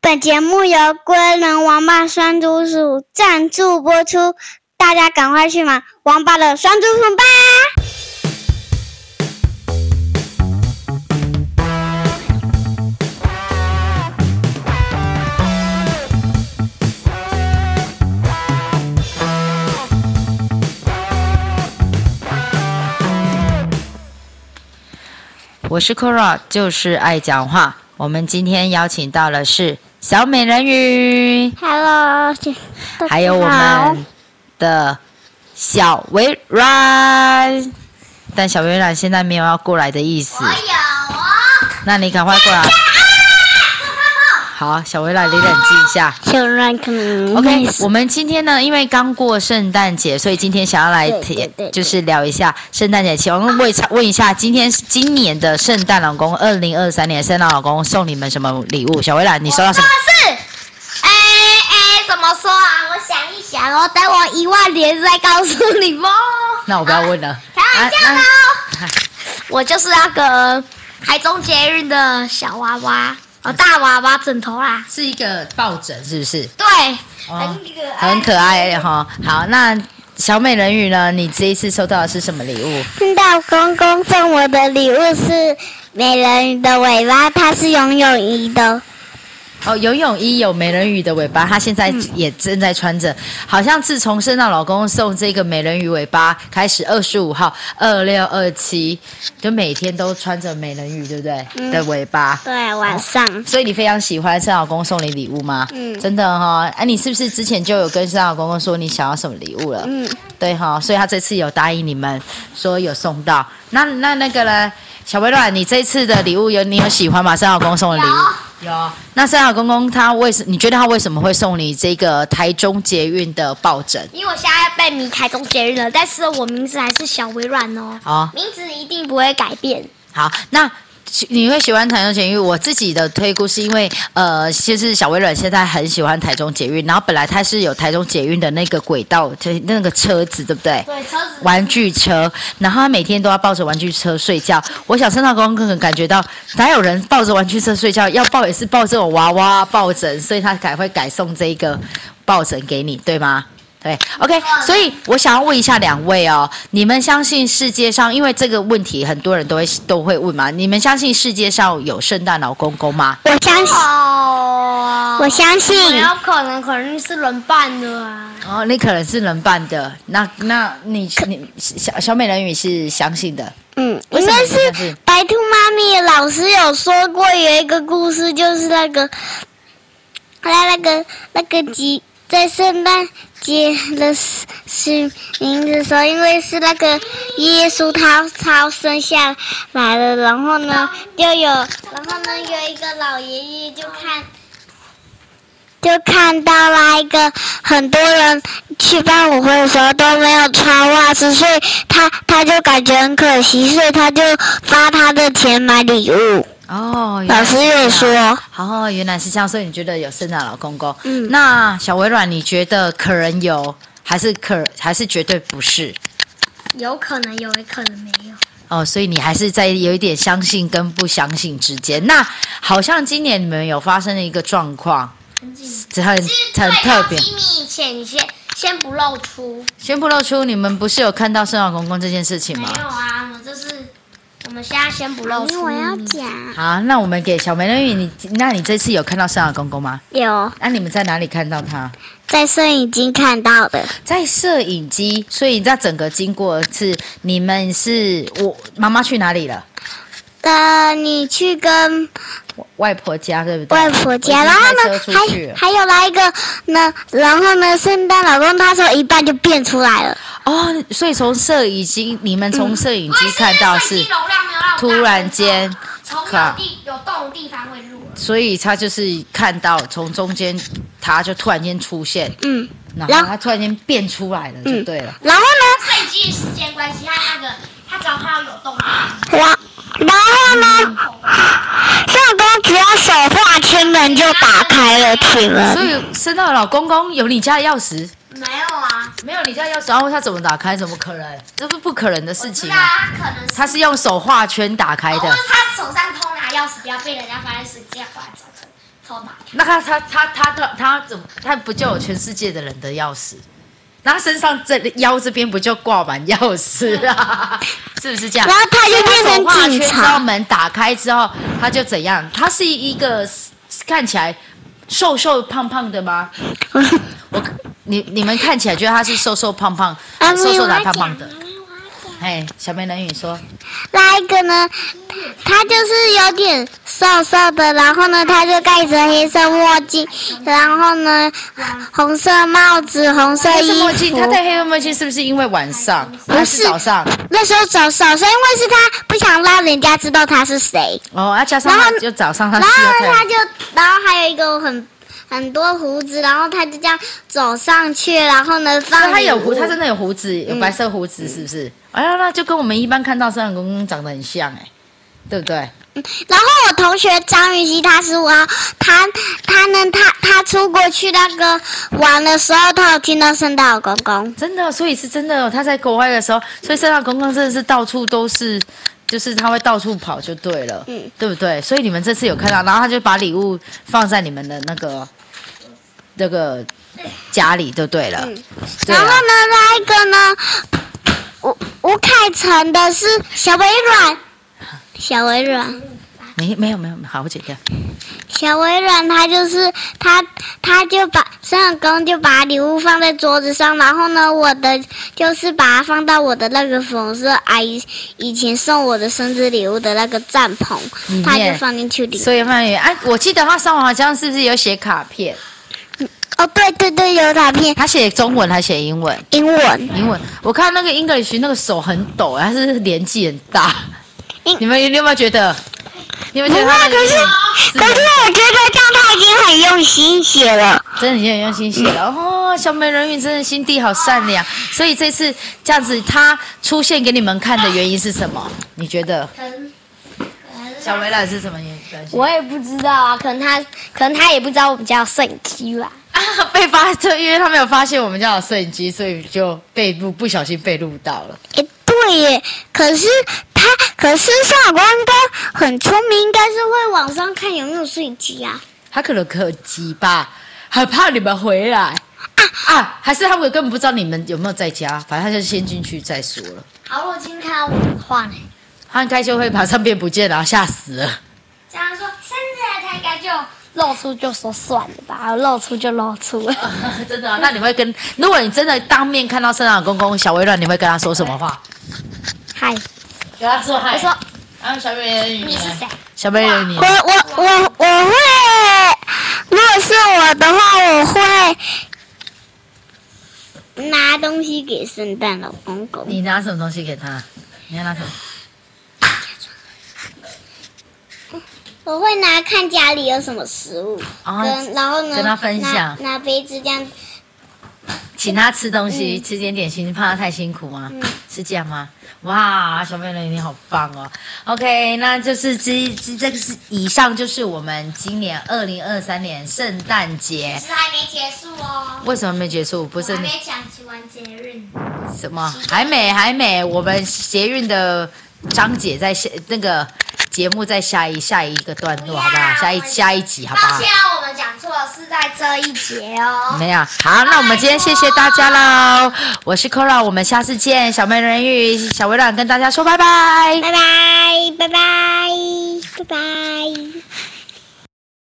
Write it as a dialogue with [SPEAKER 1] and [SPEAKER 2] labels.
[SPEAKER 1] 本节目由龟人王八酸猪鼠赞助播出，大家赶快去买王八的酸猪鼠吧！
[SPEAKER 2] 我是 Kora，就是爱讲话。我们今天邀请到的是小美人鱼，
[SPEAKER 1] Hello，
[SPEAKER 2] 还有我们的小微软。但小微软现在没有要过来的意思，
[SPEAKER 1] 有
[SPEAKER 2] 那你赶快过来。啊好，小微软，你冷静一下。
[SPEAKER 1] 小软可能
[SPEAKER 2] OK，我们今天呢，因为刚过圣诞节，所以今天想要来
[SPEAKER 1] 对
[SPEAKER 2] 提
[SPEAKER 1] 对对
[SPEAKER 2] 就是聊一下圣诞节期。我们问一下，问一下，今天今年的圣诞老公，二零二三年圣诞老公送你们什么礼物？小薇兰，你收到什么？
[SPEAKER 1] 是，哎哎，怎么说啊？我想一想哦，等我一万年再告诉你吧。
[SPEAKER 2] 那我不要问了。
[SPEAKER 1] 开玩笑的
[SPEAKER 2] 啊
[SPEAKER 1] 哦，我就是那个台中捷运的小娃娃，哦，大娃娃枕头啦。
[SPEAKER 2] 是一个抱枕，是不是？
[SPEAKER 1] 对，
[SPEAKER 2] 哦，
[SPEAKER 1] 可
[SPEAKER 2] 很可爱哈、好，那小美人鱼呢？你这一次收到的是什么礼物？
[SPEAKER 1] 圣诞公公送我的礼物是美人鱼的尾巴，它是游泳衣的。
[SPEAKER 2] 哦，游泳衣有美人鱼的尾巴，她现
[SPEAKER 1] 嗯
[SPEAKER 2] 在也正在穿着。好像自从圣诞老公送这个美人鱼尾巴开始，二十五号、二六、二七，就每天都穿着美人鱼，对不对？
[SPEAKER 1] 嗯
[SPEAKER 2] 的尾巴。
[SPEAKER 1] 对，晚上。
[SPEAKER 2] 所以你非常喜欢圣诞老公送你礼物吗？
[SPEAKER 1] 嗯
[SPEAKER 2] 真的哈、哎、你是不是之前就有跟圣诞老公公说你想要什么礼物了？
[SPEAKER 1] 嗯，
[SPEAKER 2] 对哈、所以他这次有答应你们说有送到。那那那个呢，小微软，你这次的礼物有你有喜欢吗？圣诞老公送的礼物有。那圣诞老公公他为什？你觉得他为什么会送你这个台中捷运的抱枕？
[SPEAKER 1] 因为我现在被迷台中节日了，但是我名字还是小微软哦，
[SPEAKER 2] 哦，
[SPEAKER 1] 名字一定不会改变。
[SPEAKER 2] 好，那。你会喜欢台中捷运？我自己的推估是因为，呃，就是小微软现在很喜欢台中捷运，然后本来它是有台中捷运的那个轨道，就是那个车子，对不对？
[SPEAKER 1] 对，车子
[SPEAKER 2] 玩具车，然后他每天都要抱着玩具车睡觉。我想圣诞公公可能感觉到，哪有人抱着玩具车睡觉？要抱也是抱这种娃娃抱枕，所以他才会改送这个抱枕给你，对吗？对，OK，所以我想要问一下两位哦，你们相信世界上，因为这个问题很多人都会都会问嘛，你们相信世界上有圣诞老公公吗？
[SPEAKER 3] 我相信，
[SPEAKER 1] 哦，
[SPEAKER 3] 我相信，
[SPEAKER 1] 有可能可能是轮办的啊。
[SPEAKER 2] 哦，你可能是能办的，那那你你小小美人鱼是相信的，
[SPEAKER 3] 嗯，
[SPEAKER 2] 为
[SPEAKER 3] 应
[SPEAKER 2] 什么
[SPEAKER 3] 该
[SPEAKER 2] 你相
[SPEAKER 3] 是
[SPEAKER 2] 信
[SPEAKER 3] 白兔妈咪老师有说过有一个故事，就是那个，那那个那个吉在圣诞节的时时名字时候，因为是那个耶稣他他生下来了，然后呢就有，然后呢有一个老爷爷就看。就看到那一个很多人去办舞会的时候都没有穿袜子，所以他他就感觉很可惜，所以他就花他的钱买礼物。
[SPEAKER 2] 哦，原来
[SPEAKER 3] 老师又
[SPEAKER 2] 是这
[SPEAKER 3] 说
[SPEAKER 2] 样，哦，原来是这样，所以你觉得有圣诞老公公？
[SPEAKER 3] 嗯
[SPEAKER 2] 那小微软，你觉得可能有，还是可还是绝对不是？
[SPEAKER 1] 有可能有，也可能没有。
[SPEAKER 2] 哦，所以你还是在有一点相信跟不相信之间。那好像今年你们有发生了一个状况，很很特别，
[SPEAKER 1] 机密以前先先不露出。
[SPEAKER 2] 宣布露出你们不是有看到圣诞老公公这件事情吗
[SPEAKER 1] 没？有啊，我就是我们现在先不露出。
[SPEAKER 3] 我要讲
[SPEAKER 2] 好，那我们给小美人鱼，你那你这次有看到圣诞老公公吗？
[SPEAKER 3] 有
[SPEAKER 2] 那、你们在哪里看到他？
[SPEAKER 3] 在摄影机看到的，
[SPEAKER 2] 在摄影机，所以在整个经过是你们是我妈妈去哪里了？
[SPEAKER 3] 呃，你去跟
[SPEAKER 2] 外婆家对不对？
[SPEAKER 3] 外婆家，然后
[SPEAKER 2] 我
[SPEAKER 3] 呢
[SPEAKER 2] 已经开车出去
[SPEAKER 3] 还
[SPEAKER 2] 了
[SPEAKER 3] 还有那一个呢，然后呢，圣诞老公他说一半就变出来了，
[SPEAKER 2] 哦，所以从摄影机，你们从摄影机看到是，
[SPEAKER 1] 容量没有让
[SPEAKER 2] 突然间
[SPEAKER 1] 从
[SPEAKER 2] 看
[SPEAKER 1] 地有洞的地方会入。
[SPEAKER 2] 所以他就是看到从中间，他就突然间出现，
[SPEAKER 3] 嗯
[SPEAKER 2] 然
[SPEAKER 3] 然
[SPEAKER 2] 后
[SPEAKER 3] 后
[SPEAKER 2] 他突然间变出来了，就
[SPEAKER 3] 嗯
[SPEAKER 2] 对了。，
[SPEAKER 3] 然后呢，
[SPEAKER 1] 摄影机的时间关系，它那个它只要看到有洞，
[SPEAKER 3] 然然后呢，圣公只要手画圈门就打开了铁
[SPEAKER 2] 所
[SPEAKER 3] 门，
[SPEAKER 2] 以圣诞老公公有你家的钥匙？
[SPEAKER 1] 没有啊，
[SPEAKER 2] 没有你家的钥匙，然后他怎么打开？怎么可能？这是不可能的事
[SPEAKER 1] 知
[SPEAKER 2] 情
[SPEAKER 1] 道
[SPEAKER 2] 啊！
[SPEAKER 1] 它可能是。
[SPEAKER 2] 他是用手画圈打开
[SPEAKER 1] 哦
[SPEAKER 2] 的
[SPEAKER 1] 或。是他手上偷拿钥匙，不要被人家发现是这样划走的。
[SPEAKER 3] 超大。
[SPEAKER 2] 那他他他他他他怎么他不就有全世界的人的钥匙？那他身上这腰这边不就挂满钥匙啊？是不是这样？
[SPEAKER 1] 然后他就变
[SPEAKER 2] 手画
[SPEAKER 1] 成
[SPEAKER 2] 圈
[SPEAKER 1] 警
[SPEAKER 2] 之后
[SPEAKER 1] 察，
[SPEAKER 2] 门打开之后，他就怎样？他是一个看起来瘦瘦胖胖的吗？我你你们看起来觉得他是瘦瘦胖胖，
[SPEAKER 1] 啊
[SPEAKER 2] 瘦瘦的还胖
[SPEAKER 1] 妈
[SPEAKER 2] 胖的？哎，小美人鱼说，
[SPEAKER 3] 那一个呢，他就是有点瘦瘦的，然后呢，他就盖着黑色墨镜，然后呢，红色帽子，红色
[SPEAKER 2] 黑色
[SPEAKER 3] 衣
[SPEAKER 2] 墨镜，
[SPEAKER 3] 服
[SPEAKER 2] 他。戴黑色墨镜是不是因为晚上还是
[SPEAKER 3] 是
[SPEAKER 2] 早上？
[SPEAKER 3] 那时候早少，是因为是他不想让人家知道他是谁，
[SPEAKER 2] 哦，啊，加上
[SPEAKER 3] 然后
[SPEAKER 2] 他就早上他
[SPEAKER 3] 然
[SPEAKER 2] 需
[SPEAKER 3] 后
[SPEAKER 2] 要太
[SPEAKER 3] 他就，然后还有一个很很多胡子，然后他就这样走上去，然后呢放
[SPEAKER 2] 那他有
[SPEAKER 3] 礼
[SPEAKER 2] 胡，
[SPEAKER 3] 物
[SPEAKER 2] 他真的有胡子，有白色胡子，是不是？哎呀，那就跟我们一般看到三眼公公长得很像哎、对不对？
[SPEAKER 3] 然后我同学张雨绮，她十五号，她她呢，她她出国去那个玩的时候，她有听到圣诞老公公。
[SPEAKER 2] 真的，所以是真的哦。他在国外的时候，所以圣诞公公真的是到处都是，就是他会到处跑就对了，
[SPEAKER 3] 嗯
[SPEAKER 2] 对不对？所以你们这次有看到，然后他就把礼物放在你们的那个那个家里就对了，
[SPEAKER 3] 嗯
[SPEAKER 2] 对
[SPEAKER 3] 然
[SPEAKER 2] 啊
[SPEAKER 3] 后呢，那一个呢，吴吴凯成的是小微软，小微软，
[SPEAKER 2] 没没有没有，好，我剪掉。
[SPEAKER 3] 小微软，他就是他，他就把圣诞公公就把礼物放在桌子上，然后呢，我的就是把它放到我的那个粉红色阿姨以前送我的生日礼物的那个帐篷
[SPEAKER 2] 里，
[SPEAKER 3] 他就
[SPEAKER 2] 面
[SPEAKER 3] 放进去里面。
[SPEAKER 2] 所以范宇，哎、我记得他上网好像是不是有写卡片？
[SPEAKER 3] 哦，对对对，有卡片，
[SPEAKER 2] 他写中文还写英文？
[SPEAKER 3] 英文。
[SPEAKER 2] 英文，我看那个 English 那个手很抖，他是年纪很大
[SPEAKER 3] 英。
[SPEAKER 2] 你们你有没有觉得？你们觉得
[SPEAKER 3] 不会
[SPEAKER 2] 他那个
[SPEAKER 3] 可是
[SPEAKER 2] 是
[SPEAKER 3] 嗯可是我觉得这样他已经很用心写了。
[SPEAKER 2] 真的已经很用心写了哦，小美人鱼真的心地好善良，所以这次这样子他出现给你们看的原因是什么？你觉得小美人是什么原因？
[SPEAKER 3] 我也不知道啊，可能他可能他也不知道我们家有摄影机吧。
[SPEAKER 2] 啊， 被发就因为他没有发现我们家有摄影机，所以就被录不小心被录到了。
[SPEAKER 3] 哎，对耶，可是他可是上官哥很聪明，应该是会网上看有没有摄影机啊。
[SPEAKER 2] 他可能可急吧，很怕你们回来啊，还是他们根本不知道你们有没有在家，反正他就先进去再说了。
[SPEAKER 3] 好，我今天看我画呢。
[SPEAKER 2] 他应该就会马上变不见了，吓死了。
[SPEAKER 3] 这样说，现在他应该就露出就说算了吧，露出就露出了。
[SPEAKER 2] 真的啊、那你会跟，如果你真的当面看到圣诞老公公小微软，你会跟他说什么话？
[SPEAKER 3] 嗨，
[SPEAKER 2] 跟他说嗨
[SPEAKER 3] 我说
[SPEAKER 2] 然后小美人鱼
[SPEAKER 3] 你是谁？
[SPEAKER 2] 小美人鱼
[SPEAKER 1] 我，我我我会，如果是我的话，我会
[SPEAKER 3] 拿东西给圣诞老公公。
[SPEAKER 2] 你拿什么东西给他？你要拿什么？
[SPEAKER 3] 我会拿看家里有什么食物，
[SPEAKER 2] 哦
[SPEAKER 3] 跟然后呢
[SPEAKER 2] 跟他分享
[SPEAKER 3] 拿拿杯子这样，
[SPEAKER 2] 请他吃东西，吃点点心，怕他太辛苦吗？是这样吗？哇，小美人鱼你好棒哦！OK，那就是这这这个是以上就是我们今年二零二三年圣诞节
[SPEAKER 3] 是还没结束哦，
[SPEAKER 2] 为什么没结束？不是你
[SPEAKER 3] 讲起完节日。
[SPEAKER 2] 什么还没还没，我们捷运的张姐在下那个节目在下一下一个段落好不好？下一下一集好不好？
[SPEAKER 3] 啊我们讲错了，是在这一节哦。
[SPEAKER 2] 没有，好，那我们今天谢谢大家喽！我是 Kora，我们下次见。小美人鱼、小微软跟大家说拜拜。
[SPEAKER 3] 拜拜拜拜拜拜。